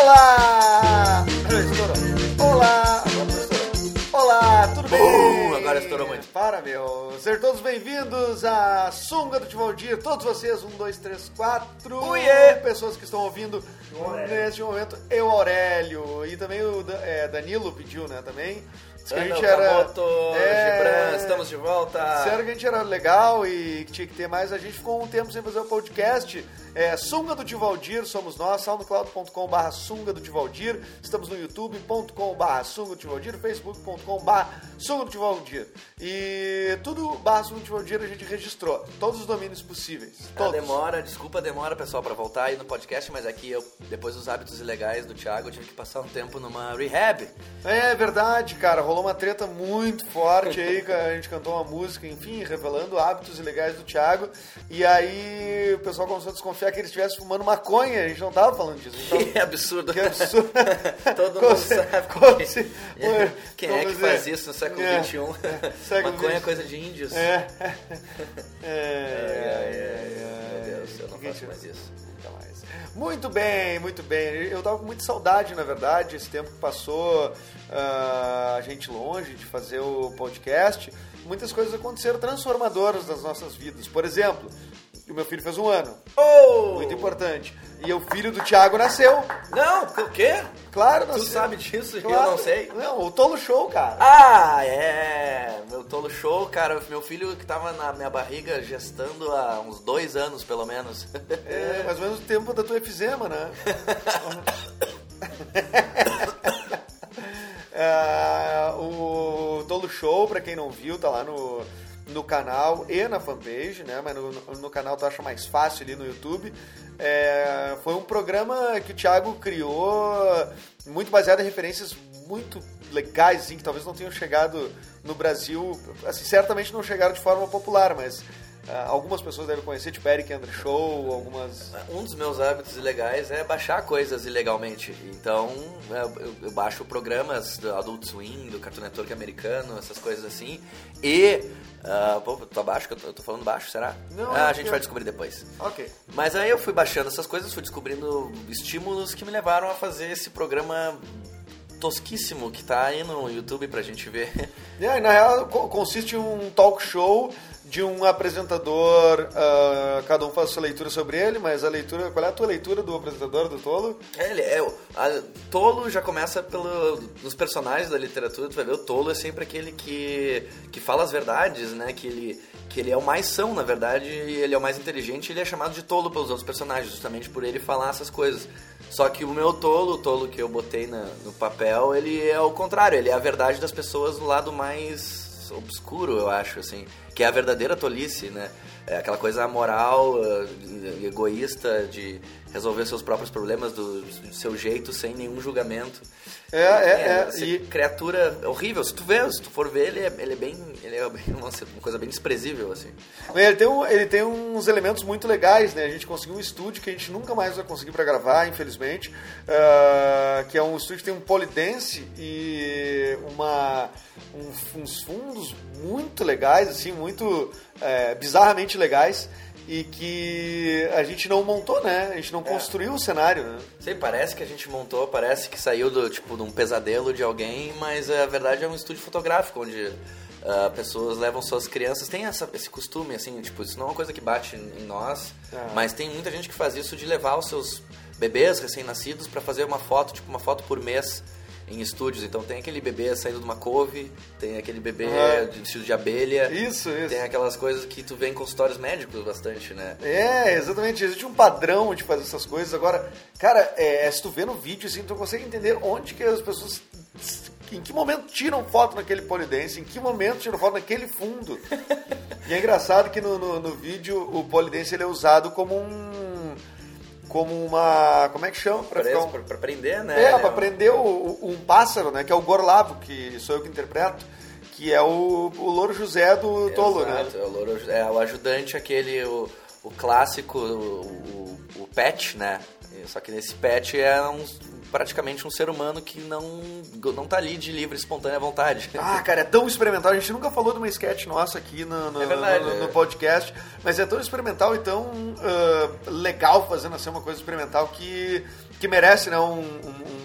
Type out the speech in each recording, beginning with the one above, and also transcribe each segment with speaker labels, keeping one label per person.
Speaker 1: Olá! Estourou. Olá! Agora não estourou. Olá, tudo bem?
Speaker 2: Uh, agora estourou muito.
Speaker 1: Para, meu. Sejam todos bem-vindos à Sunga do Tivaldir. Todos vocês, um, dois, três, quatro
Speaker 2: Uiê!
Speaker 1: pessoas que estão ouvindo neste momento. Eu, Aurélio. E também o Da- é, Danilo pediu, né? Também. Disse que a
Speaker 2: Ana
Speaker 1: gente era.
Speaker 2: Okamoto,
Speaker 1: É.
Speaker 2: Gibran, estamos de volta.
Speaker 1: Disseram que a gente era legal e que tinha que ter mais. A gente ficou um tempo sem fazer o podcast. É, Sunga do Divaldir, somos nós, soundcloud.com.br Sunga do Divaldir. Estamos no youtube.com.br Sunga do Divaldir, facebook.com.br Sunga do Divaldir. E tudo barra Sunga do Divaldir a gente registrou. Todos os domínios possíveis.
Speaker 2: A
Speaker 1: Todos.
Speaker 2: demora, desculpa a demora, pessoal, pra voltar aí no podcast, mas aqui eu, depois dos hábitos ilegais do Thiago, eu tive que passar um tempo numa rehab.
Speaker 1: É verdade, cara. Rolou uma treta muito forte aí. que A gente cantou uma música, enfim, revelando hábitos ilegais do Thiago. E aí o pessoal começou a desconfiar que ele estivesse fumando maconha. A gente não tava falando disso. A gente
Speaker 2: Que absurdo.
Speaker 1: tava... Então, Que absurdo.
Speaker 2: Todo
Speaker 1: Como
Speaker 2: mundo
Speaker 1: se-
Speaker 2: sabe
Speaker 1: como
Speaker 2: quem-
Speaker 1: se-
Speaker 2: Quem
Speaker 1: como
Speaker 2: é que
Speaker 1: se-
Speaker 2: faz isso no século
Speaker 1: É,
Speaker 2: XXI?
Speaker 1: século
Speaker 2: Maconha é
Speaker 1: 20.
Speaker 2: coisa de índios.
Speaker 1: É. É.
Speaker 2: Meu Deus, eu não
Speaker 1: Que
Speaker 2: faço
Speaker 1: que-
Speaker 2: mais isso.
Speaker 1: Nunca mais. Muito bem, muito bem. Eu tava com muita saudade, na verdade, esse tempo que passou ah, a gente longe de fazer o podcast. Muitas coisas aconteceram transformadoras nas nossas vidas. Por exemplo, o meu filho fez um ano,
Speaker 2: Oh!
Speaker 1: muito importante. E o filho do Thiago nasceu.
Speaker 2: Não, o quê?
Speaker 1: Claro,
Speaker 2: Tu
Speaker 1: nasceu.
Speaker 2: sabe disso?
Speaker 1: Claro.
Speaker 2: Eu não sei.
Speaker 1: Não, o Tolo Show, cara.
Speaker 2: Ah, é! Meu tolo show, cara. Meu filho que tava na minha barriga gestando há uns dois anos, pelo menos.
Speaker 1: É mais ou menos o tempo da tua efizema, né? Ah, o Tolo Show, pra quem não viu, tá lá no, no canal e na fanpage, né? Mas no, no canal tu acha mais fácil ali no YouTube. É, foi um programa que o Thiago criou, muito baseado em referências muito legais, assim, que talvez não tenham chegado no Brasil. Assim, certamente não chegaram de forma popular, mas ah, algumas pessoas devem conhecer, tipo Eric Andre Show, algumas.
Speaker 2: Um dos meus hábitos ilegais é baixar coisas ilegalmente. Então, é, eu, eu baixo programas do Adult Swim, do Cartoon Network americano, essas coisas assim. E. ah, pô, tô abaixo, que eu tô, eu tô falando baixo, será?
Speaker 1: Não,
Speaker 2: ah,
Speaker 1: é
Speaker 2: a gente
Speaker 1: que-
Speaker 2: vai descobrir depois.
Speaker 1: Ok.
Speaker 2: Mas aí eu fui baixando essas coisas, fui descobrindo estímulos que me levaram a fazer esse programa tosquíssimo que tá aí no YouTube pra gente ver.
Speaker 1: E aí, na real, co- consiste em um talk show de um apresentador, ah, cada um faz sua leitura sobre ele, mas a leitura, qual é a tua leitura do apresentador, do Tolo?
Speaker 2: É, ele é. o- a- tolo já começa pelo, nos personagens da literatura, tu vai ver, o tolo é sempre aquele que, que fala as verdades, né? Que ele, que ele é o mais são, na verdade, e ele é o mais inteligente, ele é chamado de tolo pelos outros personagens, justamente por ele falar essas coisas. Só que o meu tolo, o tolo que eu botei na- no papel, ele é o contrário, ele é a verdade das pessoas no lado mais obscuro, eu acho, assim, que é a verdadeira tolice, né? É aquela coisa amoral, eh, egoísta de resolver seus próprios problemas do, do seu jeito sem nenhum julgamento.
Speaker 1: É, é, é,
Speaker 2: essa
Speaker 1: e-
Speaker 2: criatura horrível. Se tu vê, se tu for ver, ele é, ele é bem, ele é bem- nossa, uma coisa bem desprezível assim.
Speaker 1: Ele tem, um- ele tem uns elementos muito legais, né? A gente conseguiu um estúdio que a gente nunca mais vai conseguir pra gravar, infelizmente. ah, que é um estúdio que tem um polidense e uma, um- uns fundos muito legais, assim, muito eh, bizarramente legais. E que a gente não montou, né? A gente não construiu o cenário, né?
Speaker 2: Sei, parece que a gente montou, parece que saiu do tipo de um pesadelo de alguém, mas a verdade é um estúdio fotográfico onde ah, pessoas levam suas crianças. Tem essa- esse costume assim, tipo isso não é uma coisa que bate em nós,
Speaker 1: Ah.
Speaker 2: mas tem muita gente que faz isso de levar os seus bebês recém-nascidos pra fazer uma foto, tipo uma foto por mês em estúdios. Então tem aquele bebê saindo de uma couve, tem aquele bebê
Speaker 1: Ah.
Speaker 2: de vestido de abelha.
Speaker 1: Isso, isso.
Speaker 2: Tem aquelas coisas que tu vê em consultórios médicos bastante, né?
Speaker 1: É, exatamente. Existe um padrão de fazer essas coisas. Agora, cara, é, se tu vê no vídeo, assim, tu consegue entender onde que as pessoas. Em que momento tiram foto naquele polidense, em que momento tiram foto naquele fundo. e é engraçado que no, no, no vídeo o polidense ele é usado como um. Como uma. Como é que chama? Pra
Speaker 2: Preso,
Speaker 1: ficar um-
Speaker 2: pra, pra prender, né?
Speaker 1: é,
Speaker 2: Ele
Speaker 1: pra
Speaker 2: um-
Speaker 1: prender o- o- um pássaro, né? Que é o Gorlavo, que sou eu que interpreto, que é o, o Louro José do Tolo, né?
Speaker 2: Exato, É o, louro- é o ajudante, aquele, o, o clássico, o, o, o pet, né? E- Só que nesse pet é um- praticamente um ser humano que não, não tá ali de livre, espontânea vontade.
Speaker 1: Ah, cara, é tão experimental. A gente nunca falou de uma sketch nossa aqui no, no,
Speaker 2: É verdade,
Speaker 1: no- no
Speaker 2: é.
Speaker 1: podcast, mas é tão experimental e tão ah, legal fazendo assim uma coisa experimental que, que merece, né? um- um-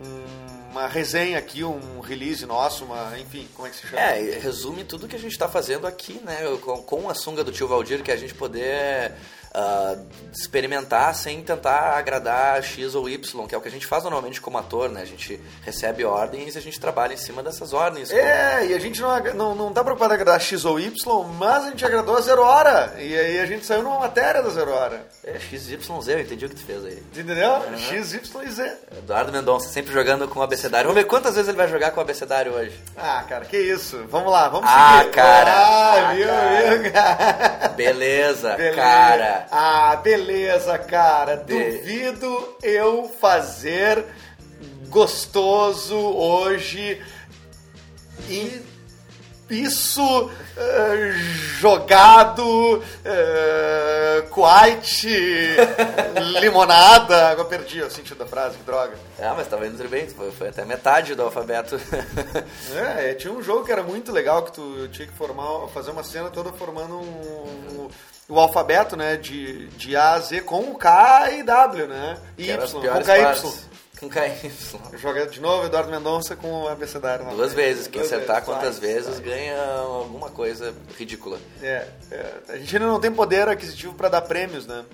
Speaker 1: um- uma resenha aqui, um release nosso, uma, enfim, como é que se chama?
Speaker 2: É, e resume tudo que a gente está fazendo aqui, né? Com, com a sunga do tio Valdir, que a gente poder ah, experimentar sem tentar agradar X ou Y, que é o que a gente faz normalmente como ator, né? A gente recebe ordens e a gente trabalha em cima dessas ordens.
Speaker 1: É, e a gente não, agra- não, não tá preocupado em agradar X ou Y, mas a gente agradou a Zero Hora. E aí a gente saiu numa matéria da Zero Hora.
Speaker 2: É, XYZ, eu entendi o que tu fez aí.
Speaker 1: Entendeu? X, Y e Z.
Speaker 2: Eduardo Mendonça sempre jogando com o abecedário. Vamos ver quantas vezes ele vai jogar com o abecedário hoje.
Speaker 1: Ah, cara, que isso. Vamos lá, vamos
Speaker 2: Ah,
Speaker 1: seguir.
Speaker 2: cara.
Speaker 1: Ah,
Speaker 2: Ah,
Speaker 1: viu,
Speaker 2: cara.
Speaker 1: viu, cara.
Speaker 2: Beleza,
Speaker 1: Beleza.
Speaker 2: cara.
Speaker 1: Ah, beleza, cara.
Speaker 2: De-
Speaker 1: Duvido eu fazer gostoso hoje. E isso eh, jogado eh, quite limonada. Agora perdi o sentido da frase, que droga.
Speaker 2: Ah, mas tava indo tudo bem, foi, foi até metade do alfabeto.
Speaker 1: É, é, tinha um jogo que era muito legal que tu tinha que formar, fazer uma cena toda formando um, um- o alfabeto, né? De, de A a Z com K e W, né?
Speaker 2: Que
Speaker 1: Y,
Speaker 2: eram as
Speaker 1: com
Speaker 2: piores
Speaker 1: KY.
Speaker 2: partes. Com KY.
Speaker 1: Joga de novo Eduardo Mendonça com o abecedário. lá.
Speaker 2: Duas vezes, quem
Speaker 1: Duas
Speaker 2: acertar
Speaker 1: vezes,
Speaker 2: quantas
Speaker 1: vai.
Speaker 2: vezes ganha alguma coisa ridícula.
Speaker 1: É, é, a gente ainda não tem poder aquisitivo pra dar prêmios, né?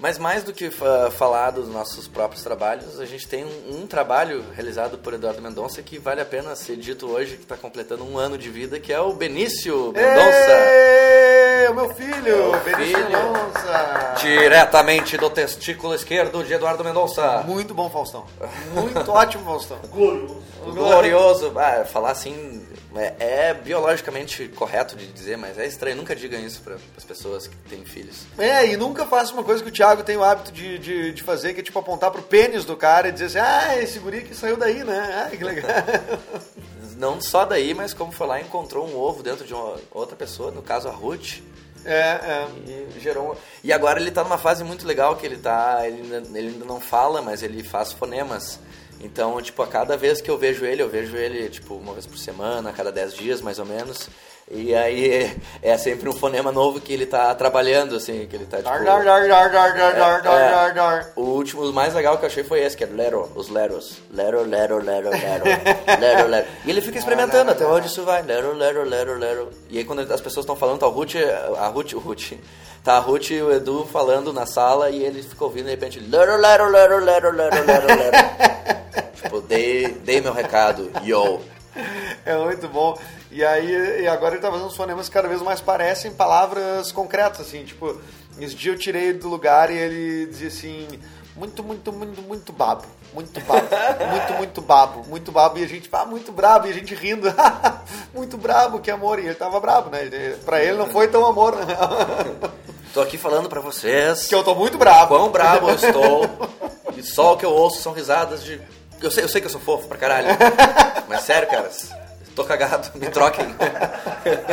Speaker 2: Mas mais do que fa- falar dos nossos próprios trabalhos, a gente tem um, um trabalho realizado por Eduardo Mendonça que vale a pena ser dito hoje, que está completando um ano de vida, que é o Benício Mendonça.
Speaker 1: Ê, O meu filho,
Speaker 2: Meu
Speaker 1: Benício
Speaker 2: filho.
Speaker 1: Mendonça.
Speaker 2: Diretamente do testículo esquerdo de Eduardo Mendonça.
Speaker 1: Muito bom, Faustão. Muito ótimo, Faustão.
Speaker 2: O glorioso. Ah, falar assim é, é biologicamente correto de dizer, mas é estranho. Nunca diga isso para as pessoas que têm filhos.
Speaker 1: É, e nunca faça uma coisa que o Thiago tem o hábito de, de, de fazer, que é tipo apontar pro pênis do cara e dizer assim, ah, esse guri que saiu daí, né? Ah, que legal.
Speaker 2: Não só daí, mas como foi lá, encontrou um ovo dentro de uma outra pessoa, no caso a Ruth,
Speaker 1: é, é.
Speaker 2: e gerou um... E agora ele tá numa fase muito legal que ele tá. Ele, ainda- ele ainda não fala, mas ele faz fonemas. Então, tipo, a cada vez que eu vejo ele, eu vejo ele, tipo, uma vez por semana, a cada 10 dias, mais ou menos. E aí é sempre um fonema novo que ele tá trabalhando, assim, que ele tá, tipo...
Speaker 1: Dar, dar, dar, dar, dar, dar, dar,
Speaker 2: É.
Speaker 1: dar, dar, dar.
Speaker 2: O último, o mais legal que eu achei foi esse, que é Lero, os Leros. Lero, Lero, Lero, Lero. Lero, Lero. E ele fica experimentando até onde isso vai. Lero, Lero, Lero, Lero. E aí quando as pessoas estão falando, tá o Ruth, a Ruth, o Ruth. Tá a Ruth e o Edu falando na sala e ele fica ouvindo de repente Lero, Lero, Lero, Lero, Lero, Lero, Lero. tipo, dei, dei meu recado. Yo.
Speaker 1: É muito bom. E aí, e agora ele tá fazendo uns fonemas que cada vez mais parecem palavras concretas, assim, tipo, esse dia eu tirei do lugar e ele dizia assim, muito, muito, muito, muito babo. Muito babo, muito, muito babo, muito babo, e a gente, ah, muito brabo, e a gente rindo, muito brabo, que amor, e ele tava brabo, né? Ele- Pra ele não foi tão amor, né?
Speaker 2: Tô aqui falando pra vocês.
Speaker 1: que eu tô muito brabo.
Speaker 2: quão brabo eu estou. E só o que eu ouço são risadas de. Eu sei, eu sei que eu sou fofo pra caralho. Mas sério, cara, tô cagado, me troquem.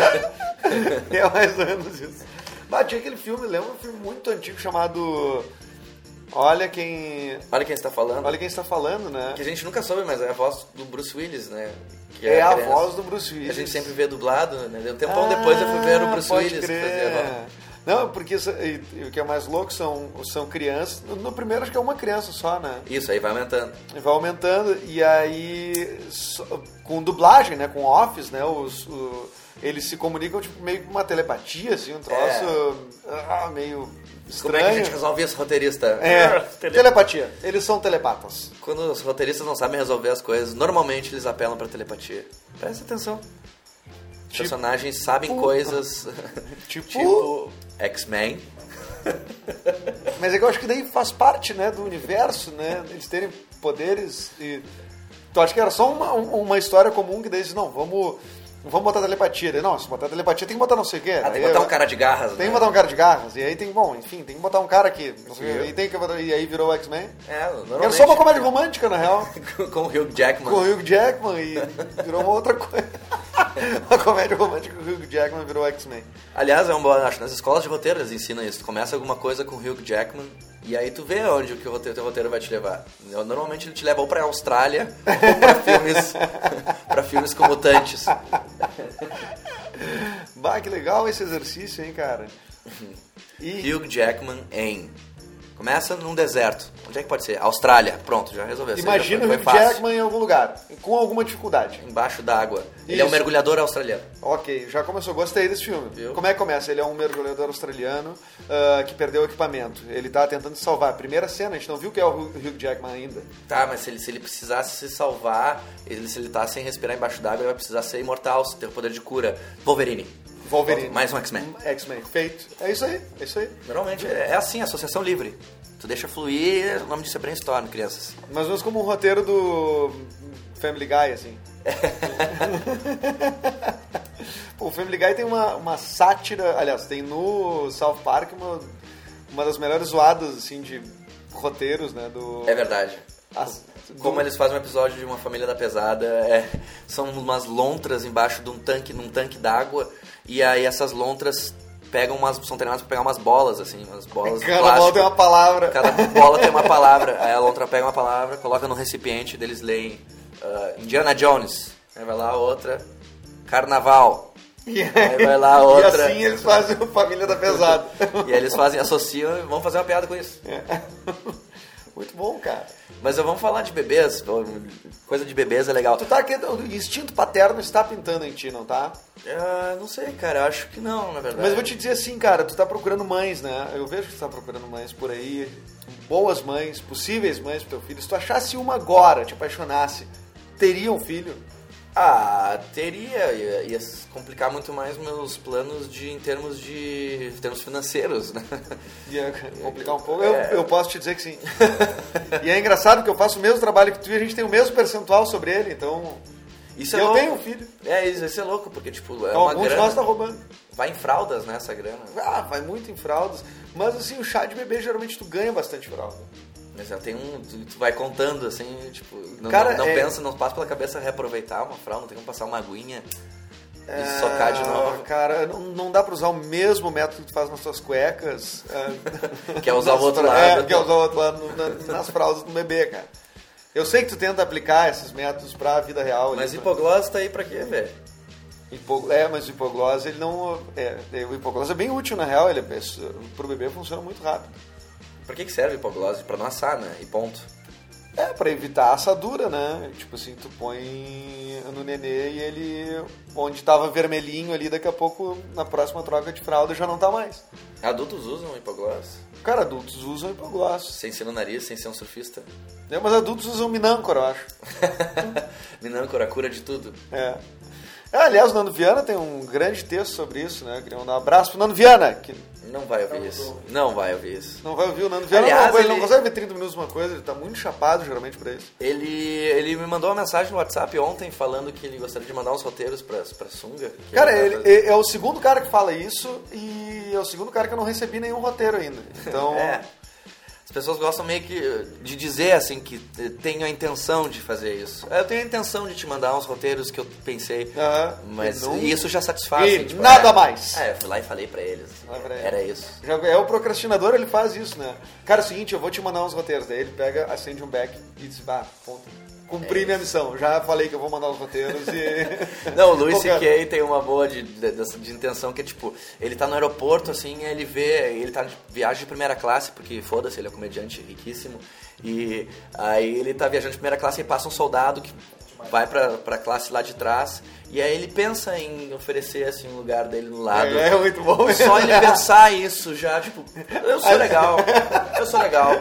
Speaker 1: É mais ou menos isso. Bah, tinha aquele filme, lembra um filme muito antigo chamado Olha quem.
Speaker 2: Olha quem está falando.
Speaker 1: Olha quem está falando, né?
Speaker 2: Que a gente nunca soube, mas é a voz do Bruce Willis, né? Que
Speaker 1: É a
Speaker 2: criança.
Speaker 1: voz do Bruce Willis. Ah,
Speaker 2: A gente sempre vê dublado, né? Um tempão depois eu fui ver o Bruce
Speaker 1: pode
Speaker 2: Willis que
Speaker 1: crer.
Speaker 2: fazia né? a voz.
Speaker 1: Não, porque isso- e- e o que é mais louco são, são crianças. No- No primeiro acho que é uma criança só, né?
Speaker 2: Isso, aí vai aumentando.
Speaker 1: E Vai aumentando. E aí, só- com dublagem, né? Com office, né? Os, o- eles se comunicam tipo, meio com uma telepatia, assim, um troço ah, meio
Speaker 2: É. Como
Speaker 1: estranho.
Speaker 2: é que a gente resolve isso, roteirista?
Speaker 1: É, telepatia. Eles são telepatas.
Speaker 2: Quando os roteiristas não sabem resolver as coisas, normalmente eles apelam pra telepatia. Presta atenção. Os
Speaker 1: Tipo-
Speaker 2: personagens sabem coisas
Speaker 1: Tipo-
Speaker 2: tipo X-Men.
Speaker 1: Mas é que eu acho que daí faz parte, né, do universo, né? Eles terem poderes e... Tu acha que era só uma, um- uma história comum que daí diz, não, vamos, vamos botar telepatia. Daí, não, se botar telepatia tem que botar não sei o quê.
Speaker 2: Ah, tem
Speaker 1: Aí,
Speaker 2: que botar um cara de garras.
Speaker 1: Tá Tem que
Speaker 2: né?
Speaker 1: botar um cara de garras. E aí tem, bom, enfim, tem que botar um cara aqui. não sei o quê,
Speaker 2: Sim.
Speaker 1: E, tem que botar- e aí virou o X-Men.
Speaker 2: É,
Speaker 1: Era
Speaker 2: normalmente.
Speaker 1: só uma comédia romântica, na real.
Speaker 2: com o Hugh Jackman.
Speaker 1: Com o Hugh Jackman e virou uma outra coisa. uma comédia romântica com o Hugh Jackman virou X-Men.
Speaker 2: Aliás, é um bom. Acho que nas escolas de roteiro eles ensinam isso. Tu começa alguma coisa com o Hugh Jackman. E aí tu vê onde o que o roteiro, teu roteiro vai te levar. Normalmente ele te leva ou pra Austrália ou pra filmes, pra filmes com mutantes.
Speaker 1: Bah, que legal esse exercício, hein, cara?
Speaker 2: Uhum.
Speaker 1: E,
Speaker 2: Hugh Jackman em... Começa num deserto. Onde é que pode ser? Austrália. Pronto, já resolveu. Essa
Speaker 1: imagina
Speaker 2: já
Speaker 1: o
Speaker 2: foi- foi
Speaker 1: Hugh
Speaker 2: fácil.
Speaker 1: Jackman em algum lugar, com alguma dificuldade.
Speaker 2: Embaixo d'água. Ele é um
Speaker 1: Isso.
Speaker 2: mergulhador australiano.
Speaker 1: Ok, já começou, gostei desse filme.
Speaker 2: Viu?
Speaker 1: Como é que começa? Ele é um mergulhador australiano ah, que perdeu o equipamento. Ele tá tentando se salvar. Primeira cena, a gente não viu que é o Hugh Hugh Jackman ainda.
Speaker 2: Tá, mas se ele, se ele precisasse se salvar, ele, se ele tá sem respirar embaixo d'água, ele vai precisar ser imortal, se ter o poder de cura. Wolverine.
Speaker 1: Wolverine.
Speaker 2: Mais um X-Men.
Speaker 1: X-Men, feito. É isso aí, é isso aí.
Speaker 2: Normalmente é é assim, associação livre. Tu deixa fluir, o nome disso é brainstorm, crianças.
Speaker 1: Mais ou menos como um roteiro do Family Guy, assim. Pô, o Family Guy tem uma, uma sátira, aliás, tem no South Park uma, uma das melhores zoadas, assim, de roteiros, né? Do,
Speaker 2: É verdade.
Speaker 1: as-
Speaker 2: Como
Speaker 1: do-
Speaker 2: eles fazem um episódio de uma família da pesada, é, são umas lontras embaixo de um tanque, num tanque d'água, e aí essas lontras pegam umas, são treinadas pra pegar umas bolas, assim, umas bolas de
Speaker 1: Cada bola
Speaker 2: plástico.
Speaker 1: tem uma palavra.
Speaker 2: Cada bola tem uma palavra. Aí a lontra pega uma palavra, coloca no recipiente, deles leem ah, Indiana Jones. Aí vai lá a outra, Carnaval.
Speaker 1: E
Speaker 2: Aí vai lá outra.
Speaker 1: E assim eles fazem o Família da Pesada.
Speaker 2: E aí eles fazem, associam e vão fazer uma piada com isso.
Speaker 1: É. Muito bom, cara.
Speaker 2: Mas eu vamos falar de bebês. Coisa de bebês é legal.
Speaker 1: Tu tá aqui, o instinto paterno está pintando em ti, não tá?
Speaker 2: Ah, não sei, cara. eu Acho que não, na verdade.
Speaker 1: Mas eu vou te dizer assim, cara, tu tá procurando mães, né? Eu vejo que tu tá procurando mães por aí, boas mães, possíveis mães pro teu filho. Se tu achasse uma agora, te apaixonasse, teria um filho?
Speaker 2: Ah, teria. Ia, ia complicar muito mais meus planos de, em termos de. em termos financeiros, né?
Speaker 1: Ia complicar um pouco? Eu,
Speaker 2: É.
Speaker 1: eu posso te dizer que sim. e é engraçado que eu faço o mesmo trabalho que tu e a gente tem o mesmo percentual sobre ele, então...
Speaker 2: Isso é
Speaker 1: eu
Speaker 2: louco.
Speaker 1: tenho um filho.
Speaker 2: É, isso, isso é louco, porque, tipo, é
Speaker 1: Então,
Speaker 2: uma
Speaker 1: alguns de
Speaker 2: grana.
Speaker 1: nós tá roubando.
Speaker 2: Vai em fraldas, né, essa grana.
Speaker 1: Ah, vai muito em fraldas. Mas assim, o chá de bebê geralmente tu ganha bastante fralda.
Speaker 2: Mas já tem um. Tu, tu vai contando, assim, tipo, não,
Speaker 1: Cara,
Speaker 2: não, não
Speaker 1: é-
Speaker 2: pensa, não passa pela cabeça reaproveitar uma fralda, não tem como passar uma aguinha e socar de
Speaker 1: Ah,
Speaker 2: novo.
Speaker 1: Cara, não, não dá pra usar o mesmo método que tu faz nas tuas cuecas. ah,
Speaker 2: Quer usar o
Speaker 1: nas
Speaker 2: outro
Speaker 1: fra-
Speaker 2: lado. né?
Speaker 1: É, quer usar o outro lado no- na- nas fraldas do bebê, cara. Eu sei que tu tenta aplicar esses métodos pra vida real.
Speaker 2: Mas
Speaker 1: ali,
Speaker 2: hipoglose tá aí pra quê, velho?
Speaker 1: Hipo- É, mas o hipoglose, ele não... É, é, o hipoglose é bem útil, na real. Ele é, é- pro bebê funciona muito rápido.
Speaker 2: Pra que, que serve hipoglose? Pra não assar, né? E ponto.
Speaker 1: É, pra evitar a assadura, né? Tipo assim, tu põe no nenê e ele... Onde tava vermelhinho ali, daqui a pouco, na próxima troca de fralda, já não tá mais.
Speaker 2: Adultos usam hipoglose?
Speaker 1: Cara, adultos usam hipoglose.
Speaker 2: Sem ser no nariz, sem ser um surfista?
Speaker 1: É, mas adultos usam minâncora, eu acho.
Speaker 2: Minâncora, cura de tudo.
Speaker 1: É. É, aliás, o Nando Viana tem um grande texto sobre isso, né? Queria mandar um abraço pro Nando Viana, que
Speaker 2: Não vai ouvir isso. Não vai ouvir isso.
Speaker 1: não vai ouvir o Nando Viana,
Speaker 2: Aliás,
Speaker 1: não, ele...
Speaker 2: ele-
Speaker 1: não consegue ver 30 minutos de uma coisa, ele tá muito chapado geralmente pra isso.
Speaker 2: Ele, ele me mandou uma mensagem no WhatsApp ontem falando que ele gostaria de mandar uns roteiros pra, pra Sunga. que
Speaker 1: Cara,
Speaker 2: ele vai
Speaker 1: ele,
Speaker 2: fazer.
Speaker 1: é- é o segundo cara que fala isso e é o segundo cara que eu não recebi nenhum roteiro ainda. Então,
Speaker 2: É. As pessoas gostam meio que de dizer assim que tenho a intenção de fazer isso. Eu tenho a intenção de te mandar uns roteiros que eu pensei,
Speaker 1: Aham.
Speaker 2: mas
Speaker 1: E não-
Speaker 2: isso já satisfaz.
Speaker 1: e
Speaker 2: assim, tipo,
Speaker 1: nada
Speaker 2: é.
Speaker 1: mais.
Speaker 2: É, eu fui lá e falei pra eles. assim,
Speaker 1: Lá pra eles.
Speaker 2: era isso.
Speaker 1: já- é o procrastinador, ele faz isso, né? Cara, é o seguinte, eu vou te mandar uns roteiros. Daí ele pega, acende um beck e diz, vá, ponto.
Speaker 2: É
Speaker 1: Cumpri minha missão. Já falei que eu vou mandar os roteiros e...
Speaker 2: Não, o Luiz
Speaker 1: Qualquer-
Speaker 2: C.K. tem uma boa de, de, dessa- de intenção que é tipo, ele tá no aeroporto, assim, ele vê, ele tá de viagem de primeira classe, porque foda-se, ele é um comediante riquíssimo. E aí ele tá viajando de primeira classe e passa um soldado que vai pra, pra classe lá de trás. E aí ele pensa em oferecer assim um lugar dele no lado.
Speaker 1: É, é muito bom.
Speaker 2: Só ele pensar isso já, tipo, eu sou legal, eu sou legal.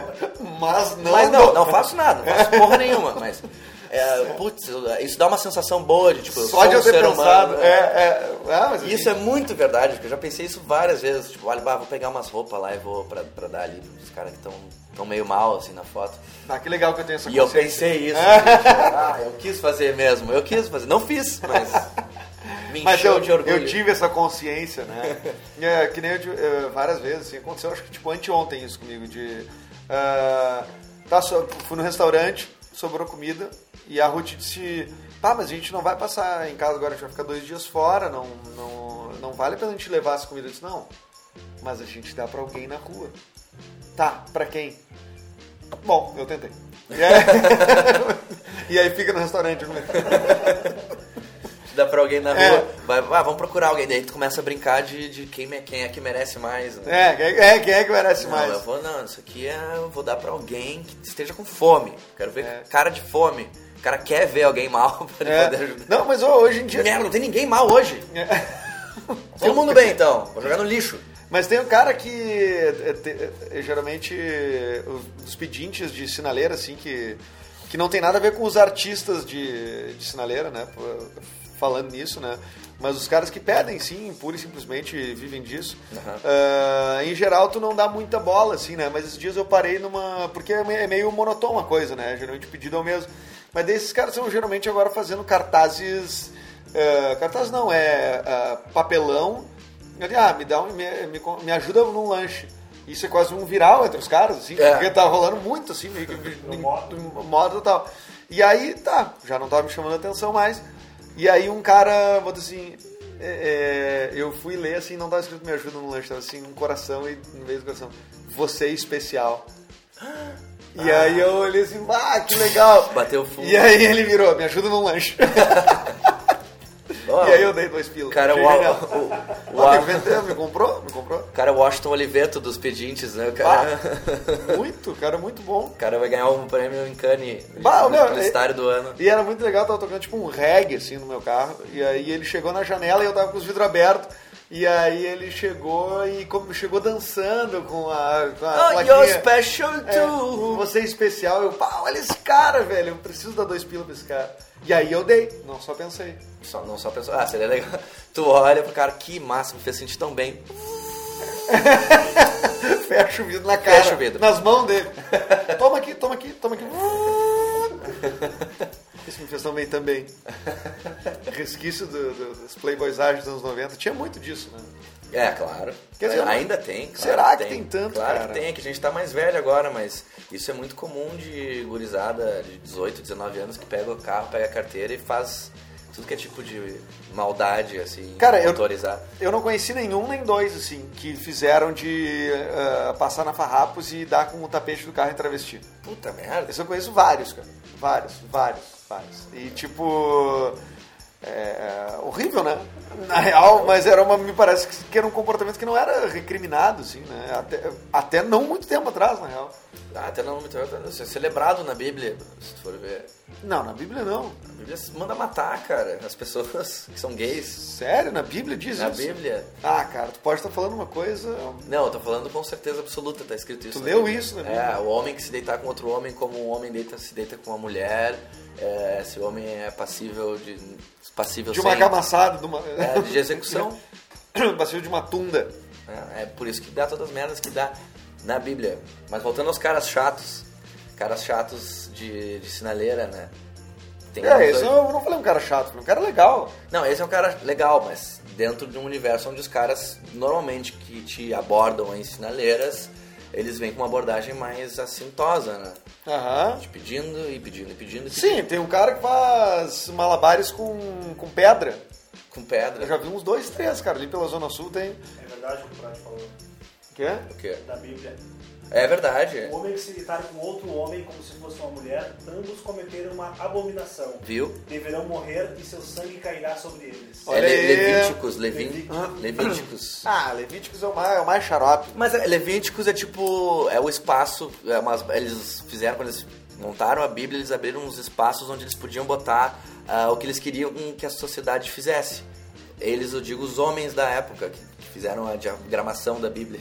Speaker 1: Mas não,
Speaker 2: mas não, não faço nada, não faço porra nenhuma, mas. É, putz, isso dá uma sensação boa de tipo, eu
Speaker 1: Só
Speaker 2: sou
Speaker 1: de
Speaker 2: um
Speaker 1: eu ter
Speaker 2: ser
Speaker 1: pensado.
Speaker 2: humano.
Speaker 1: É, é, ah, mas
Speaker 2: E Isso é muito verdade, porque eu já pensei isso várias vezes. Tipo, olha, bah, vou pegar umas roupas lá e vou pra, pra dar ali pros caras que estão tão meio mal, assim, na foto.
Speaker 1: Ah, que legal que eu tenho essa
Speaker 2: E eu
Speaker 1: consciência.
Speaker 2: pensei isso. assim, tipo, ah, eu quis fazer mesmo. Eu quis fazer. Não fiz, mas me encheu
Speaker 1: Mas eu,
Speaker 2: de orgulho.
Speaker 1: eu tive essa consciência, né? É, que nem eu, tive, é, várias vezes, assim, aconteceu, acho que tipo anteontem isso comigo, de... ah, tá, so- fui no restaurante, sobrou comida, e a Ruth disse, tá, mas a gente não vai passar em casa agora, a gente vai ficar dois dias fora, não, não, não vale a pena a gente levar essa comida. Eu disse, não, mas a gente dá pra alguém na rua. Tá, pra quem? Bom, eu tentei. E aí, e aí fica no restaurante. né?
Speaker 2: dá pra alguém na rua,
Speaker 1: É.
Speaker 2: vai, ah, vamos procurar alguém. Daí tu começa a brincar de, de quem, me- quem é que merece mais, né?
Speaker 1: É, quem é, quem é que merece
Speaker 2: Não,
Speaker 1: mais?
Speaker 2: eu vou, não, isso aqui é, eu vou dar pra alguém que esteja com fome. Quero ver
Speaker 1: É.
Speaker 2: cara de fome. O cara quer ver alguém mal pra ele
Speaker 1: É.
Speaker 2: poder ajudar. É.
Speaker 1: Não, mas ô, hoje em dia. é.
Speaker 2: Merda, não tem ninguém mal hoje. Todo mundo bem, então. Vou jogar no lixo.
Speaker 1: Mas tem um cara que é, te- é, geralmente os- os pedintes de sinaleira, assim, que, que não tem nada a ver com os artistas de, de sinaleira, né? Pô, Falando nisso, né? Mas os caras que pedem, sim, pura e simplesmente vivem disso.
Speaker 2: Aham.
Speaker 1: Ah, em geral, tu não dá muita bola, assim, né? Mas esses dias eu parei numa. Porque é me- é meio monotona a coisa, né? Geralmente o pedido é o mesmo. Mas daí esses caras estão geralmente agora fazendo cartazes. ah, cartazes não, é ah, papelão eu disse, ah, me, dá um, me, me, me ajuda num lanche. Isso é quase um viral entre os caras, assim,
Speaker 2: É.
Speaker 1: porque tá rolando muito, assim, meio que em- em moda e tal. E aí, tá, já não tava me chamando a atenção mais. E aí um cara, botou assim, é, é, eu fui ler, assim, não tava escrito me ajuda no lanche, tava assim, um coração e no meio do coração, você é especial. E aí eu olhei assim, ah, que legal.
Speaker 2: Bateu fundo.
Speaker 1: E aí ele virou, me ajuda no lanche.
Speaker 2: Ó,
Speaker 1: e aí eu dei dois pilos.
Speaker 2: o cara, é o,
Speaker 1: Achei genial.
Speaker 2: o, o,
Speaker 1: Ah,
Speaker 2: o,
Speaker 1: me vendeu, me comprou, me comprou.
Speaker 2: cara é Washington Oliveto dos pedintes, né? O cara,
Speaker 1: Muito, cara, muito bom.
Speaker 2: o cara vai ganhar um prêmio em Cannes.
Speaker 1: Bah,
Speaker 2: de
Speaker 1: meu,
Speaker 2: publicitário do ano.
Speaker 1: E era muito legal, tava tocando tipo um reggae assim no meu carro. E aí ele chegou na janela e eu tava com os vidros abertos. E aí ele chegou e como chegou dançando com a. Com a
Speaker 2: Oh,
Speaker 1: Ah, plaquinha.
Speaker 2: you're special
Speaker 1: É,
Speaker 2: too.
Speaker 1: você é especial, eu, pá, olha esse cara, velho, eu preciso dar dois pila pra esse cara. E aí eu dei, não só pensei.
Speaker 2: Só, não só pensou, ah, seria legal. Tu olha pro cara, que massa, me fez sentir tão bem.
Speaker 1: Fecha o vidro na cara.
Speaker 2: Fecha o vidro.
Speaker 1: Nas mãos dele. Toma aqui, toma aqui, toma aqui. Isso me fez tão bem também. Resquício do, do, dos playboysagens dos anos 90. Tinha muito disso, né?
Speaker 2: É, claro.
Speaker 1: Quer dizer,
Speaker 2: Ainda tem, claro
Speaker 1: será que tem tanto,
Speaker 2: Claro
Speaker 1: cara?
Speaker 2: que tem, é que a gente tá mais velho agora, mas isso é muito comum de gurizada de 18, 19 anos que pega o carro, pega a carteira e faz tudo que é tipo de maldade, assim,
Speaker 1: Cara, eu-
Speaker 2: autorizar.
Speaker 1: Eu não conheci nenhum nem dois, assim, que fizeram de ah, passar na farrapos e dar com o tapete do carro em travesti.
Speaker 2: Puta merda.
Speaker 1: Esse eu conheço vários, cara. Vários, vários, vários. E tipo. É, horrível, né? Na real, mas era uma. Me parece que- que era um comportamento que não era recriminado, assim, né? Até, até não muito tempo atrás, na real.
Speaker 2: Ah, até não, muito- isso é celebrado na Bíblia, se tu for ver.
Speaker 1: Não, na Bíblia não.
Speaker 2: A Bíblia manda matar, cara, as pessoas que são gays.
Speaker 1: Sério? Na Bíblia diz
Speaker 2: Na
Speaker 1: isso?
Speaker 2: Bíblia.
Speaker 1: Ah, cara, tu pode estar falando uma coisa.
Speaker 2: Não, eu tô falando com certeza absoluta, tá escrito isso.
Speaker 1: Tu
Speaker 2: na
Speaker 1: leu
Speaker 2: Bíblia.
Speaker 1: isso na
Speaker 2: É, o homem que se deitar com outro homem, como um homem deita, se deita com uma mulher, é, esse homem é passível de. passível
Speaker 1: De uma
Speaker 2: sem-
Speaker 1: camaçada, de uma.
Speaker 2: é, de execução.
Speaker 1: Vacilo de uma tunda.
Speaker 2: é, é por isso que dá todas as merdas que dá na Bíblia. Mas voltando aos caras chatos, caras chatos de, de sinaleira, né? Tem uns
Speaker 1: É, isso
Speaker 2: dois-
Speaker 1: eu não falei um cara chato, falei um cara legal.
Speaker 2: Não, esse é um cara legal, mas dentro de um universo onde os caras normalmente que te abordam em sinaleiras, eles vêm com uma abordagem mais assintosa, né?
Speaker 1: Aham.
Speaker 2: Te pedindo e pedindo e pedindo. e
Speaker 1: Sim, tem um cara que faz malabares com, com pedra.
Speaker 2: pedindo, Com
Speaker 1: Eu
Speaker 2: pedra.
Speaker 1: já vi uns dois, três, cara. Ali pela Zona Sul tem.
Speaker 3: É verdade o que o Prati falou
Speaker 1: Quê?
Speaker 2: O quê?
Speaker 3: da Bíblia.
Speaker 2: É verdade. é.
Speaker 3: O homem que se deitar com outro homem como se fosse uma mulher, ambos cometeram uma abominação.
Speaker 2: Viu?
Speaker 3: Deverão morrer e seu sangue cairá sobre eles.
Speaker 1: Olha
Speaker 2: é Le-
Speaker 1: aí.
Speaker 2: Levíticos, Levin...
Speaker 3: Levítico.
Speaker 2: Levíticos.
Speaker 1: Ah, Levíticos é o mais, é o mais xarope.
Speaker 2: Mas é, Levíticos é tipo. É o espaço. é umas- eles fizeram quando eles montaram a Bíblia, eles abriram uns espaços onde eles podiam botar ah, o que eles queriam que a sociedade fizesse. Eles, eu digo, os homens da época que, que fizeram a diagramação da Bíblia.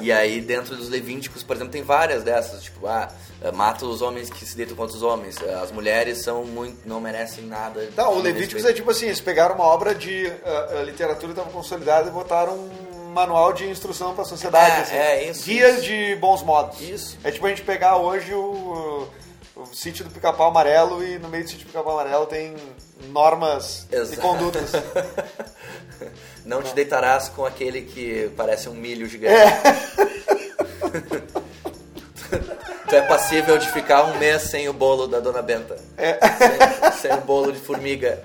Speaker 2: E aí, dentro dos Levíticos, por exemplo, tem várias dessas. Tipo, ah, mata os homens que se deitam contra os homens. As mulheres são muito. não merecem nada.
Speaker 1: Não, o
Speaker 2: de
Speaker 1: Levíticos
Speaker 2: respeito.
Speaker 1: é tipo assim: eles pegaram uma obra de ah, ah, literatura que estava consolidada e botaram um manual de instrução para a sociedade.
Speaker 2: É,
Speaker 1: assim.
Speaker 2: é, isso,
Speaker 1: Guias
Speaker 2: isso.
Speaker 1: de bons modos.
Speaker 2: Isso.
Speaker 1: É tipo a gente pegar hoje o, o sítio do pica-pau amarelo e no meio do sítio do pica-pau amarelo tem normas e
Speaker 2: Exato.
Speaker 1: condutas.
Speaker 2: Não te deitarás com aquele que parece um milho gigante.
Speaker 1: é.
Speaker 2: Tu é passível de ficar um mês sem o bolo da Dona Benta.
Speaker 1: É.
Speaker 2: Sem, sem o bolo de formiga.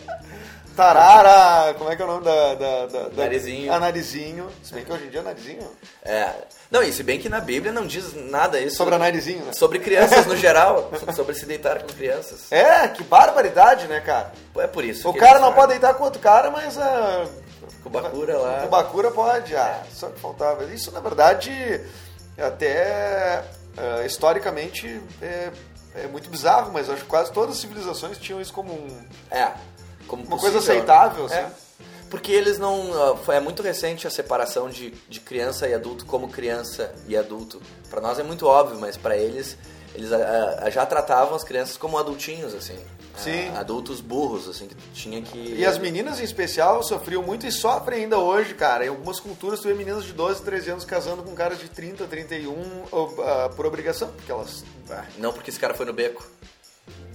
Speaker 1: Tarara, como é que é o nome da. da, da, da-
Speaker 2: Narizinho.
Speaker 1: A Narizinho. Se bem que hoje em dia é Narizinho.
Speaker 2: É. Não, e se bem que na Bíblia não diz nada isso
Speaker 1: Sobre a Narizinho, né?
Speaker 2: sobre crianças no geral, sobre se deitar com crianças.
Speaker 1: É, que barbaridade, né, cara?
Speaker 2: É por isso.
Speaker 1: O
Speaker 2: que
Speaker 1: cara
Speaker 2: eles
Speaker 1: não
Speaker 2: fazem.
Speaker 1: pode deitar com outro cara, mas ah, a.
Speaker 2: Com o Bakura lá. É.
Speaker 1: O Bakura pode, ah, só que faltava. Isso, na verdade, até ah, historicamente é, é muito bizarro, mas acho que quase todas as civilizações tinham isso como um-
Speaker 2: É. Como
Speaker 1: uma
Speaker 2: possível,
Speaker 1: coisa aceitável,
Speaker 2: né?
Speaker 1: assim.
Speaker 2: É. Porque eles não. ah, foi- É muito recente a separação de, de criança e adulto como criança e adulto. Pra nós é muito óbvio, mas pra eles, eles ah, ah, já tratavam as crianças como adultinhos, assim.
Speaker 1: Sim.
Speaker 2: Ah, adultos burros, assim, que tinha que.
Speaker 1: E as meninas em especial sofriam muito e sofrem ainda hoje, cara. Em algumas culturas tu vê meninas de 12, 13 anos casando com caras de 30, 31 ob- ah, por obrigação, porque elas. ah,
Speaker 2: Não porque esse cara foi no beco.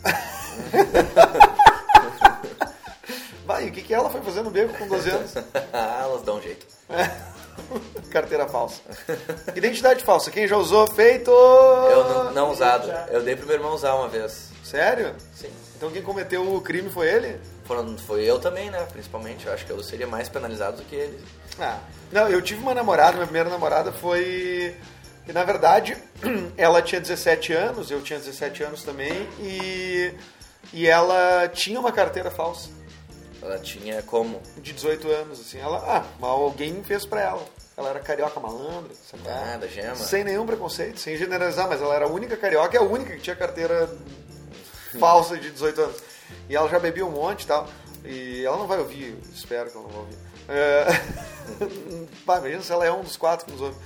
Speaker 1: Vai, e o que, que ela foi fazendo beco com 12 anos?
Speaker 2: Ah, elas dão um jeito.
Speaker 1: Carteira falsa. Identidade falsa. Quem já usou, feito!
Speaker 2: Eu não, não usado.
Speaker 3: já.
Speaker 2: Eu dei pro meu irmão usar uma vez.
Speaker 1: Sério?
Speaker 2: Sim.
Speaker 1: Então quem cometeu o crime foi ele?
Speaker 2: Foram, foi eu também, né? Principalmente. Eu acho que eu seria mais penalizado do que ele.
Speaker 1: Ah. Não, eu tive uma namorada, minha primeira namorada foi. E na verdade, ela tinha 17 anos, eu tinha 17 anos também, e, e ela tinha uma carteira falsa
Speaker 2: Ela tinha como.
Speaker 1: de 18 anos, assim. Ela, ah, mas alguém fez pra ela. Ela era carioca malandra, sabe?
Speaker 2: Ah, da gema.
Speaker 1: Sem nenhum preconceito, sem generalizar, mas ela era a única carioca e a única que tinha carteira falsa de 18 anos. E ela já bebia um monte e tal. E ela não vai ouvir, espero que ela não vai ouvir. É... Pá, imagina se ela é um dos quatro que nos ouve.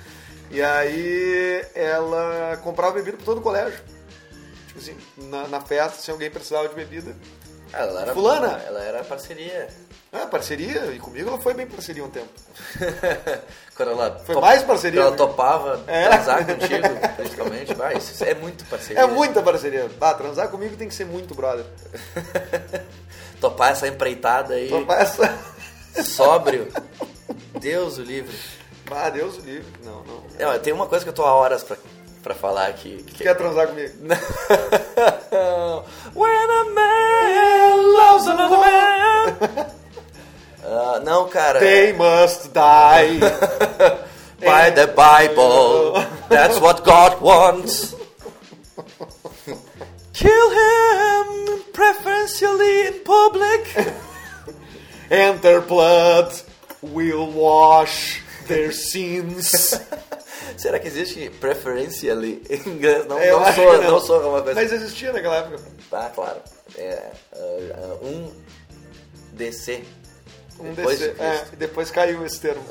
Speaker 1: E aí ela comprava bebida pra todo o colégio. Tipo assim, na, na festa, se alguém precisava de bebida.
Speaker 2: Ah, Ela era,
Speaker 1: Fulana.
Speaker 2: Ela era parceria.
Speaker 1: Ah, parceria, e comigo ela foi bem parceria um tempo.
Speaker 2: Quando ela
Speaker 1: Foi mais parceria,
Speaker 2: Quando ela
Speaker 1: né?
Speaker 2: topava
Speaker 1: É.
Speaker 2: transar contigo, principalmente. Vai, isso é muito parceria.
Speaker 1: É muita parceria. Ah, transar comigo tem que ser muito, brother.
Speaker 2: Topar essa empreitada aí,
Speaker 1: Então, essa...
Speaker 2: sóbrio. Deus o livre.
Speaker 1: Ah, Deus o livre. Não, não.
Speaker 2: Não, tem uma coisa que eu tô há horas pra, pra falar aqui. que-
Speaker 1: Quer transar comigo?
Speaker 2: Não. When a man loves another man. Ah, não, cara.
Speaker 1: They must die.
Speaker 2: By the Bible, that's what God wants. Kill him, preferentially in public.
Speaker 1: And their blood will wash their sins.
Speaker 2: Será que existe preferentially em inglês? Não,
Speaker 1: Eu
Speaker 2: não
Speaker 1: acho
Speaker 2: sou,
Speaker 1: que
Speaker 2: não sou uma coisa.
Speaker 1: Mas existia naquela época.
Speaker 2: Ah, claro. É, ah, ah, um DC.
Speaker 1: Um
Speaker 2: Depois
Speaker 1: DC.
Speaker 2: de
Speaker 1: é,
Speaker 2: Cristo.
Speaker 1: depois caiu esse termo.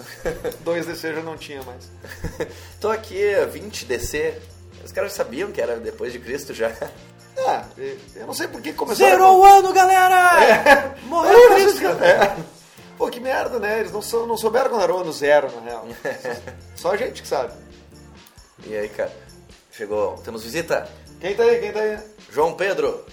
Speaker 1: Dois DC já não tinha mais.
Speaker 2: Tô aqui, uh, 20 DC. Os caras sabiam que era depois de Cristo já.
Speaker 1: Ah, e- eu não sei por que começou.
Speaker 2: Zerou o ano, galera! um. Morreu Cristo!
Speaker 1: é. Pô, que merda, né? Eles não, sou- não souberam quando era o ano zero, na real. Só a gente que sabe.
Speaker 2: E aí, cara? Chegou, temos visita.
Speaker 1: Quem tá aí? Quem tá aí?
Speaker 2: João Pedro.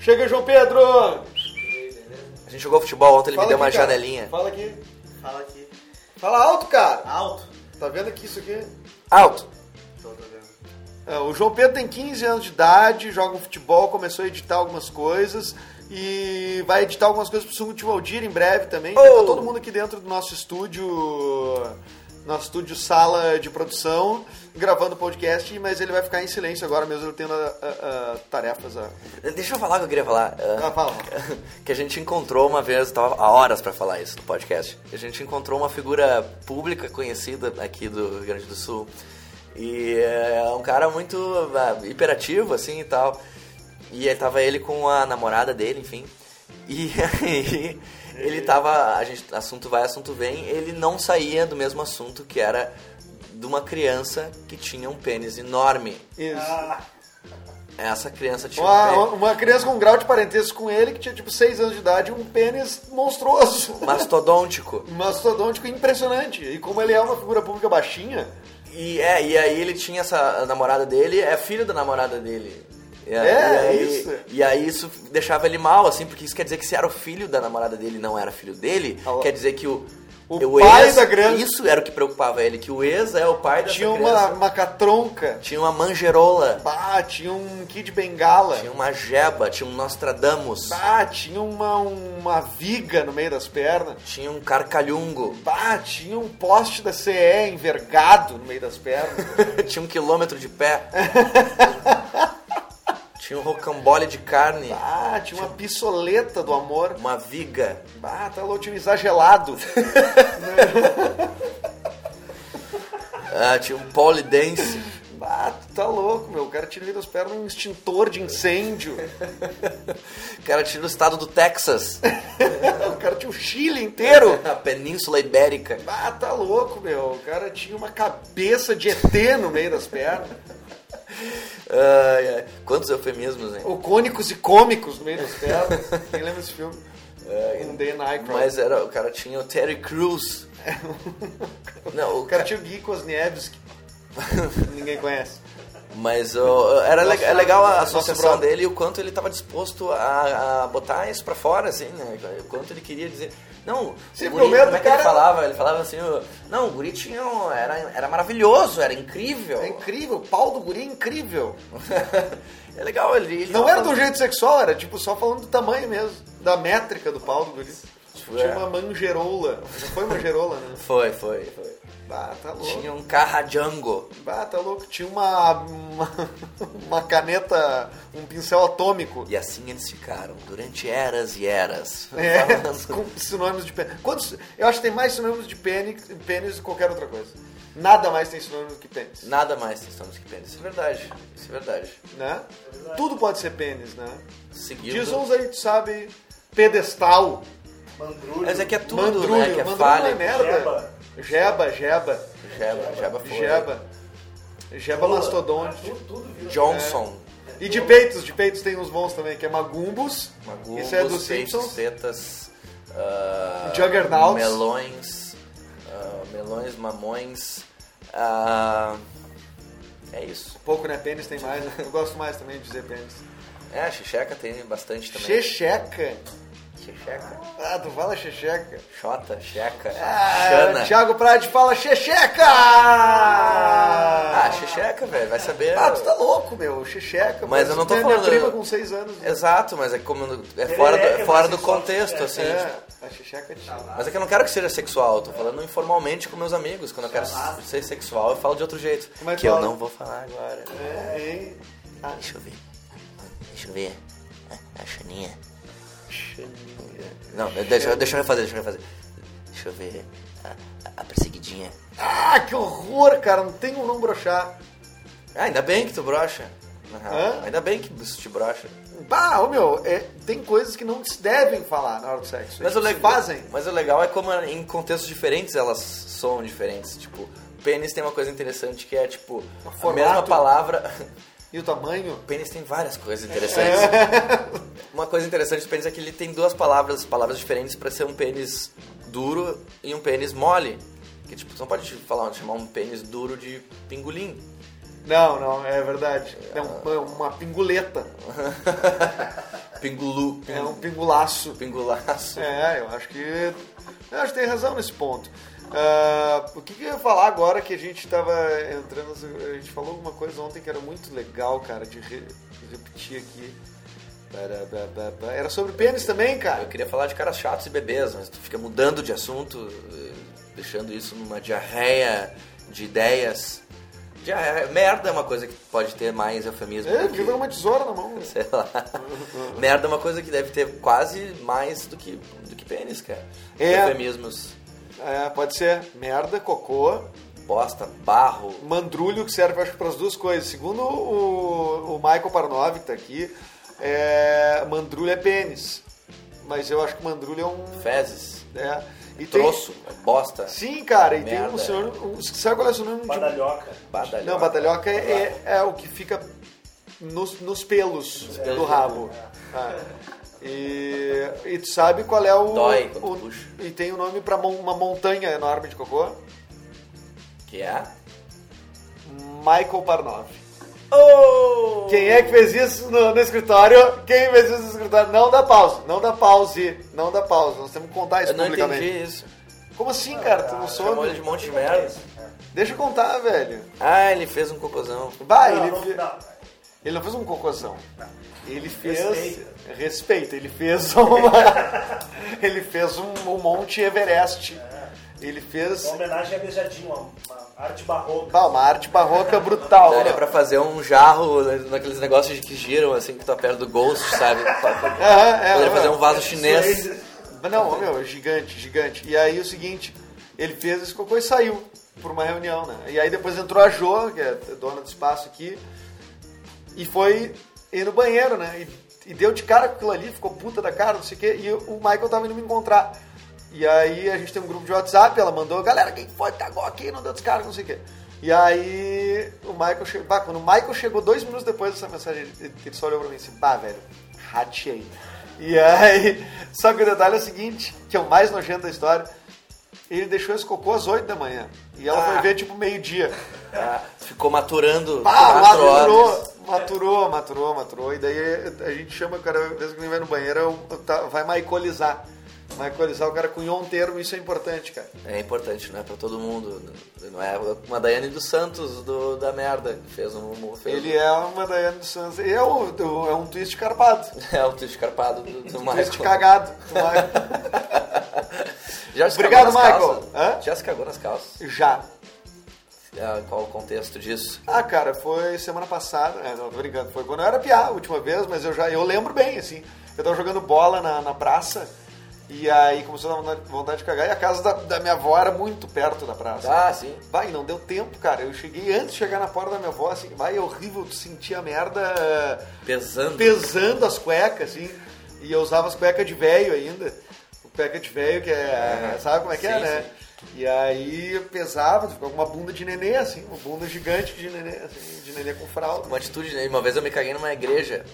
Speaker 1: Chega, João Pedro!
Speaker 2: A gente jogou futebol ontem, ele
Speaker 1: Fala
Speaker 2: me deu
Speaker 1: aqui,
Speaker 2: uma
Speaker 1: cara.
Speaker 2: janelinha.
Speaker 1: Fala aqui.
Speaker 4: Fala aqui.
Speaker 1: Fala alto, cara.
Speaker 4: Alto?
Speaker 1: Tá vendo aqui isso aqui?
Speaker 2: Alto.
Speaker 4: Tô, tô vendo.
Speaker 1: É, O João Pedro tem 15 anos de idade, joga um futebol, começou a editar algumas coisas e vai editar algumas coisas pro Summit Valdir em breve também. Então
Speaker 2: Oh!
Speaker 1: tá todo mundo aqui dentro do nosso estúdio, nosso estúdio sala de produção, gravando o podcast, mas ele vai ficar em silêncio agora mesmo, ele tendo ah, ah, ah, tarefas a...
Speaker 2: Deixa eu falar o que eu queria falar.
Speaker 1: Ah,
Speaker 2: Ah,
Speaker 1: fala.
Speaker 2: que a gente encontrou uma vez, eu tava há horas pra falar isso no podcast. A gente encontrou uma figura pública conhecida aqui do Rio Grande do Sul. E é um cara muito ah, hiperativo, assim e tal. E aí tava ele com a namorada dele, enfim. E aí ele tava. A gente, assunto vai, assunto vem. Ele não saía do mesmo assunto que era de uma criança que tinha um pênis enorme.
Speaker 1: Isso.
Speaker 3: Ah,
Speaker 2: Essa criança tinha um
Speaker 1: Uma,
Speaker 2: pênis.
Speaker 1: uma criança com um grau de parentesco com ele que tinha tipo 6 anos de idade e um pênis monstruoso.
Speaker 2: mastodôntico.
Speaker 1: Mastodôntico impressionante. E como ele é uma figura pública baixinha,
Speaker 2: E, é, e aí ele tinha essa a namorada dele, é filho da namorada dele. E, aí-
Speaker 1: É,
Speaker 2: e aí,
Speaker 1: isso.
Speaker 2: E aí isso deixava ele mal, assim, porque isso quer dizer que se era o filho da namorada dele e não era filho dele,
Speaker 1: Ah, ó.
Speaker 2: quer dizer que o,
Speaker 1: O
Speaker 2: E
Speaker 1: pai
Speaker 2: ex-
Speaker 1: da grande
Speaker 2: Isso era o que preocupava ele, que o ex é o pai dessa
Speaker 1: tinha uma
Speaker 2: criança.
Speaker 1: macatronca,
Speaker 2: Tinha uma manjerola,
Speaker 1: bah, tinha um Kid Bengala,
Speaker 2: tinha uma jeba, tinha um Nostradamus,
Speaker 1: bah, tinha uma, uma viga no meio das pernas,
Speaker 2: tinha um carcalhungo,
Speaker 1: bah, tinha um poste da CE envergado no meio das pernas.
Speaker 2: tinha um quilômetro de pé. tinha um rocambole de carne,
Speaker 1: Ah, tinha uma pissoleta do amor.
Speaker 2: uma viga.
Speaker 1: Ah, tá louco, tinha um exagelado.
Speaker 2: Ah, tinha um polidense.
Speaker 1: Ah, tu tá louco, meu. O cara tira das pernas um extintor de incêndio.
Speaker 2: O cara tinha o estado do Texas,
Speaker 1: o cara tinha o Chile inteiro.
Speaker 2: a Península Ibérica.
Speaker 1: Ah, tá louco, meu. O cara tinha uma cabeça de ET no meio das pernas.
Speaker 2: Ai, ai. Quantos eufemismos, hein?
Speaker 1: O cônicos e cômicos no meio das pernas. Quem lembra desse filme? um Dan Aykroyd.
Speaker 2: Mas era, o cara tinha o Terry Crews. Não, o
Speaker 1: O
Speaker 2: cara
Speaker 1: cara tinha o Gui Kosniewski. Ninguém conhece.
Speaker 2: Mas ó, era le- é legal a
Speaker 1: Nosso
Speaker 2: associação
Speaker 1: brother.
Speaker 2: dele e o quanto ele estava disposto a, a botar isso pra fora, assim, né? O quanto ele queria dizer. Não,
Speaker 1: Sim,
Speaker 2: o
Speaker 1: pelo menos
Speaker 2: como é
Speaker 1: o
Speaker 2: que
Speaker 1: cara-
Speaker 2: ele falava? Ele falava assim, o- não, o guri tinha um- era, era maravilhoso, era incrível.
Speaker 1: É incrível, o pau do guri é incrível.
Speaker 2: É legal, ele... ele
Speaker 1: Não
Speaker 2: tava
Speaker 1: era de um
Speaker 2: falando-
Speaker 1: jeito sexual, era tipo só falando do tamanho mesmo, da métrica do pau do guri.
Speaker 2: Tipo,
Speaker 1: Tinha
Speaker 2: é.
Speaker 1: uma mangerola. Não foi mangerola, né?
Speaker 2: Foi, foi, foi.
Speaker 1: Ah, tá louco.
Speaker 2: Tinha um carrajango.
Speaker 1: Ah, tá louco. Tinha uma, uma, uma caneta, um pincel atômico.
Speaker 2: E assim eles ficaram, durante eras e eras.
Speaker 1: É,
Speaker 2: Falando-
Speaker 1: com sinônimos de pênis. Quantos, eu acho que tem mais sinônimos de pênis, pênis do que qualquer outra coisa. Nada mais tem sinônimo que pênis.
Speaker 2: Nada mais tem estamos que pênis. Isso é verdade, isso é verdade.
Speaker 1: Né? Tudo pode ser pênis, né?
Speaker 2: Seguindo...
Speaker 1: Diz uns aí, tu sabe, pedestal,
Speaker 4: Mandrulho.
Speaker 2: Mas é que é tudo,
Speaker 1: mandrulho,
Speaker 2: né? Que é
Speaker 1: mandrulho
Speaker 2: falha.
Speaker 1: é merda. Jeba, jeba.
Speaker 2: Jeba, Jeba foi.
Speaker 1: Jeba. é. Jeba mastodonte.
Speaker 3: Ah, Tudo, tudo vira.
Speaker 2: Johnson.
Speaker 1: E de peitos, de peitos tem uns bons também, que é Magumbus.
Speaker 2: Magumbos,
Speaker 1: Isso é do
Speaker 2: peixes,
Speaker 1: Simpsons.
Speaker 2: tetas. ah,
Speaker 1: Juggernauts.
Speaker 2: Melões. ah, melões, mamões. ah, é isso.
Speaker 1: Pouco, né? Pênis tem mais. né? Eu gosto mais também de dizer pênis.
Speaker 2: É, a xixeca tem bastante também.
Speaker 1: Checheca.
Speaker 2: Xixeca.
Speaker 1: Ah, tu fala checheca.
Speaker 2: Xota, xeca.
Speaker 1: Ah,
Speaker 2: Xana.
Speaker 1: Thiago Prade fala checheca!
Speaker 2: Ah,
Speaker 1: Ah,
Speaker 2: xixeca, velho. Vai saber.
Speaker 1: ah, tu tá louco, meu. Checheca.
Speaker 2: Mas eu não tô
Speaker 1: minha,
Speaker 2: falando-
Speaker 1: Minha prima com 6 anos.
Speaker 2: Exato, mas é como. É fora do, é fora do contexto, assim. tipo,
Speaker 1: É, a checheca é chique.
Speaker 2: Mas é que eu não quero que seja sexual, eu tô falando informalmente com meus amigos. Quando eu quero ser sexual, eu falo de outro jeito.
Speaker 1: Como é que
Speaker 2: que eu
Speaker 1: fala?
Speaker 2: não vou falar agora.
Speaker 1: É, hein? Ah,
Speaker 2: Deixa eu ver. Deixa eu ver. A, a Xaninha. Não, deixa, deixa eu refazer, deixa eu refazer. Deixa eu ver. A, a perseguidinha.
Speaker 1: Ah, que horror, cara. Não tem um não broxar.
Speaker 2: Ah, ainda bem que tu brocha. Na real.
Speaker 1: Hã?
Speaker 2: Ainda bem que isso te brocha.
Speaker 1: Bah, ô, meu, é, tem coisas que não se devem falar na hora do sexo. Eles
Speaker 2: le-
Speaker 1: fazem.
Speaker 2: Mas o legal é como em contextos diferentes elas soam diferentes. Tipo, pênis tem uma coisa interessante que é, tipo, a
Speaker 1: formato.
Speaker 2: mesma palavra.
Speaker 1: E o tamanho?
Speaker 2: Pênis tem várias coisas interessantes. Uma coisa interessante do pênis é que ele tem duas palavras, palavras diferentes pra ser um pênis duro e um pênis mole. Que tipo, tu não pode falar, chamar um pênis duro de pingolim.
Speaker 1: Não, não, é verdade. É um- é uma pinguleta.
Speaker 2: Pingulu,
Speaker 1: É um pingulaço.
Speaker 2: pingulaço.
Speaker 1: É, eu acho que. Eu acho que tem razão nesse ponto. Ah, o que, que eu ia falar agora que a gente tava entrando. A gente falou alguma coisa ontem que era muito legal, cara, de re- repetir aqui. Barabababa. Era sobre pênis também,
Speaker 2: Ah, Eu
Speaker 1: cara.
Speaker 2: queria falar de caras chatos e bebês, mas tu fica mudando de assunto, eh, deixando isso numa diarreia de ideias. Diarreia, merda é uma coisa que pode ter mais eufemismo.
Speaker 1: É,
Speaker 2: do que-
Speaker 1: viu uma tesoura na mão.
Speaker 2: sei lá. Merda é uma coisa que deve ter quase mais do que, do que pênis, cara.
Speaker 1: É.
Speaker 2: Eufemismos.
Speaker 1: É, pode ser merda, cocô,
Speaker 2: Bosta, barro.
Speaker 1: mandrulho que serve acho para as duas coisas. Segundo o, o Michael Parnov que tá aqui, é, mandrulho é pênis. Mas eu acho que mandrulho é um
Speaker 2: Fezes.
Speaker 1: é, e tem-
Speaker 2: Troço. Bosta.
Speaker 1: Sim, cara, e tem um
Speaker 2: Merda. né?
Speaker 1: senhor, um, sabe qual é o sinônimo de
Speaker 3: Badalhoca.
Speaker 2: Badalhoca.
Speaker 1: Não, batalhoca é, é, é o que fica nos, nos pelos do
Speaker 2: pelos.
Speaker 1: rabo. Ah. E, e tu sabe qual é o
Speaker 2: Dói quando
Speaker 1: o-
Speaker 2: puxa.
Speaker 1: e tem o nome para uma montanha enorme de cocô?
Speaker 2: Que é?
Speaker 1: Michael Parnov.
Speaker 2: Oh!
Speaker 1: Quem é que fez isso no, no escritório? Quem fez isso no escritório? Não dá pause, não dá pause, não dá pause. Nós temos que contar isso
Speaker 2: Eu não
Speaker 1: é publicamente.
Speaker 2: entendi isso.
Speaker 1: Como assim, cara? Tu não
Speaker 2: Chamou ele
Speaker 1: soube?
Speaker 2: de um monte de merda.
Speaker 3: né?
Speaker 1: Deixa eu contar, velho.
Speaker 2: Ah, ele fez um cocôzão.
Speaker 1: Bah,
Speaker 3: não,
Speaker 1: ele,
Speaker 3: não,
Speaker 1: fe-
Speaker 3: não.
Speaker 1: ele não fez um cocôzão. Ele fez.
Speaker 3: Respeita.
Speaker 1: Respeita, ele fez uma. ele fez um, um Monte Everest. Ele fez.
Speaker 3: É Uma homenagem a Beijadinho, uma, uma arte barroca.
Speaker 1: Bah, uma arte barroca brutal.
Speaker 2: Daria
Speaker 1: né?
Speaker 2: pra fazer um jarro né, naqueles negócios de que giram, assim, que tu aperta do ghost, sabe?
Speaker 1: Aham, é,
Speaker 2: Poderia
Speaker 1: aham.
Speaker 2: fazer um vaso chinês.
Speaker 1: Mas Não, meu, é gigante, gigante. E aí o seguinte, ele fez esse cocô e saiu por uma reunião, né? E aí depois entrou a Jo, que é dona do espaço aqui, e foi ir no banheiro, né? E, e deu de cara com aquilo ali, ficou puta da cara, não sei o quê, e o Michael tava indo me encontrar. E aí a gente tem um grupo de WhatsApp, ela mandou, galera, quem foi que cagou aqui, não deu descarga, não sei o quê. E aí o Michael chegou, bah, quando o Michael chegou dois minutos depois dessa mensagem, ele, ele só olhou pra mim e disse, bah, velho, rateei. E aí, só que o detalhe é o seguinte, que é o mais nojento da história, ele deixou esse cocô às 8 da manhã. E ela foi
Speaker 2: Ah.
Speaker 1: ver tipo meio-dia.
Speaker 2: Ah, ficou maturando
Speaker 1: Pá,
Speaker 2: quatro horas.
Speaker 1: Ah, maturou, maturou, maturou, maturou. E daí a gente chama o cara, mesmo que ele vai no banheiro, é o- tá- vai maicolizar. Maicolizar o cara com um termo, isso é importante, cara.
Speaker 2: É importante, né? Pra todo mundo. Não é uma Daiane dos Santos do, da merda. que Fez um. Fez
Speaker 1: Ele é uma Daiane dos Santos. E É, o- o- é um twist carpado.
Speaker 2: é o twist carpado do, do
Speaker 1: Um twist
Speaker 2: Michael.
Speaker 1: cagado. do Michael.
Speaker 2: Já se cagou
Speaker 1: Obrigado,
Speaker 2: nas
Speaker 1: Michael.
Speaker 2: calças?
Speaker 1: Hã?
Speaker 2: Já se cagou nas calças.
Speaker 1: Já.
Speaker 2: Ah, Qual o contexto disso?
Speaker 1: Ah, cara, foi semana passada. É, não, tô brincando. Foi quando eu era piá a última vez, mas eu já eu lembro bem, assim. Eu tava jogando bola na, na praça e aí começou a dar vontade- vontade de cagar. E a casa da, da minha avó era muito perto da praça.
Speaker 2: Ah, sim.
Speaker 1: Vai, não deu tempo, cara. Eu cheguei antes de chegar na porta da minha avó, assim, vai, é horrível, tu sentia a merda eh,
Speaker 2: Pesando.
Speaker 1: pesando as cuecas, assim. E eu usava as cuecas de velho ainda. O cueca de velho, que é. Sabe como é que é,
Speaker 2: Sim,
Speaker 1: né? E aí eu pesava, ficou uma bunda de nenê, assim, uma bunda gigante de nenê, assim, de nenê com fralda.
Speaker 2: uma atitude, né? Uma vez eu me caguei numa igreja,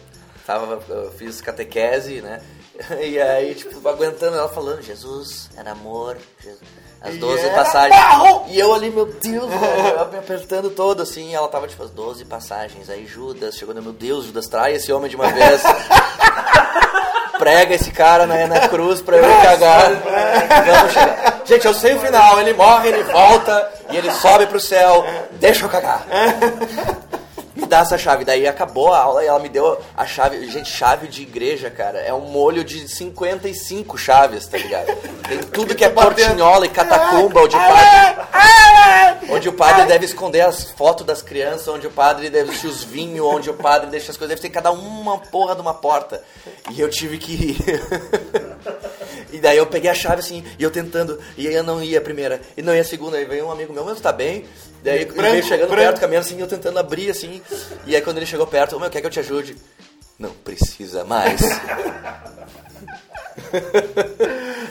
Speaker 2: tava, eu fiz catequese, né? E aí, tipo, aguentando ela falando, Jesus, era amor, Jesus. As
Speaker 1: E
Speaker 2: 12
Speaker 1: era
Speaker 2: passagens.
Speaker 1: barro!
Speaker 2: E eu ali, meu Deus, velho, eu me apertando todo assim, e ela tava tipo as 12 passagens. Aí Judas chegou, meu Deus, Judas, trai esse homem de uma vez. Prega esse cara na, na cruz pra eu me cagar. Vamos chegar. Gente, eu sei o final, ele morre, ele volta e ele sobe pro céu. Deixa eu cagar me dá essa chave. Daí acabou a aula e ela me deu a chave. Gente, chave de igreja, cara, é um molho de 55 chaves, tá ligado? Tem tudo que é portinhola e catacumba, onde o padre. Onde o padre deve esconder as fotos das crianças, onde o padre deve deixar os vinhos, onde o padre deixa as coisas. Deve ter cada uma porra de uma porta. E eu tive que ir. E daí eu peguei a chave assim, e eu tentando, e aí eu não ia a primeira, e não ia a segunda, aí veio um amigo meu, meu, tu tá bem? Daí ele
Speaker 1: Branco,
Speaker 2: veio chegando
Speaker 1: branco.
Speaker 2: perto, caminhando assim, eu tentando abrir assim, e aí quando ele chegou perto, ô meu, quer que eu te ajude? Não precisa mais.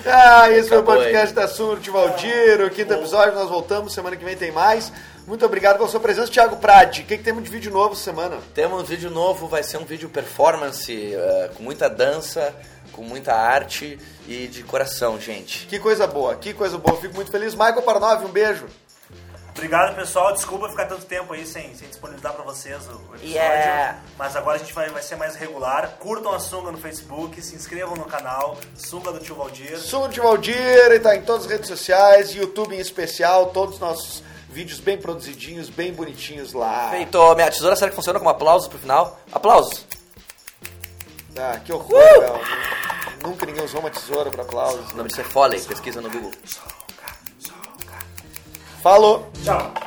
Speaker 1: Ah, esse foi o
Speaker 2: Acabou,
Speaker 1: podcast da Surte Valdir, o quinto episódio, nós voltamos, semana que vem tem mais. Muito obrigado pela sua presença, Thiago Prade. O que, que temos de vídeo novo essa semana?
Speaker 2: Temos um vídeo novo, vai ser um vídeo performance, eh, com muita dança, com muita arte e de coração, gente.
Speaker 1: Que coisa boa, que coisa boa. Fico muito feliz. Michael Parnov, um beijo.
Speaker 3: Obrigado, pessoal. Desculpa ficar tanto tempo aí sem, sem disponibilizar pra vocês o o episódio.
Speaker 2: Yeah.
Speaker 3: Mas agora a gente vai, vai ser mais regular. Curtam a Sunga no Facebook, se inscrevam no canal Sunga do Tio Valdir.
Speaker 1: Surte Valdir, está em todas as redes sociais, YouTube em especial, todos os nossos vídeos bem produzidinhos, bem bonitinhos lá.
Speaker 2: Feito, minha tesoura, será que funciona com aplausos pro final? Aplausos!
Speaker 1: Ah, que horror, Bel. Nunca ninguém usou uma tesoura para aplausos.
Speaker 2: O nome disso é Foley, pesquisa no Google.
Speaker 1: Falou!
Speaker 3: Tchau.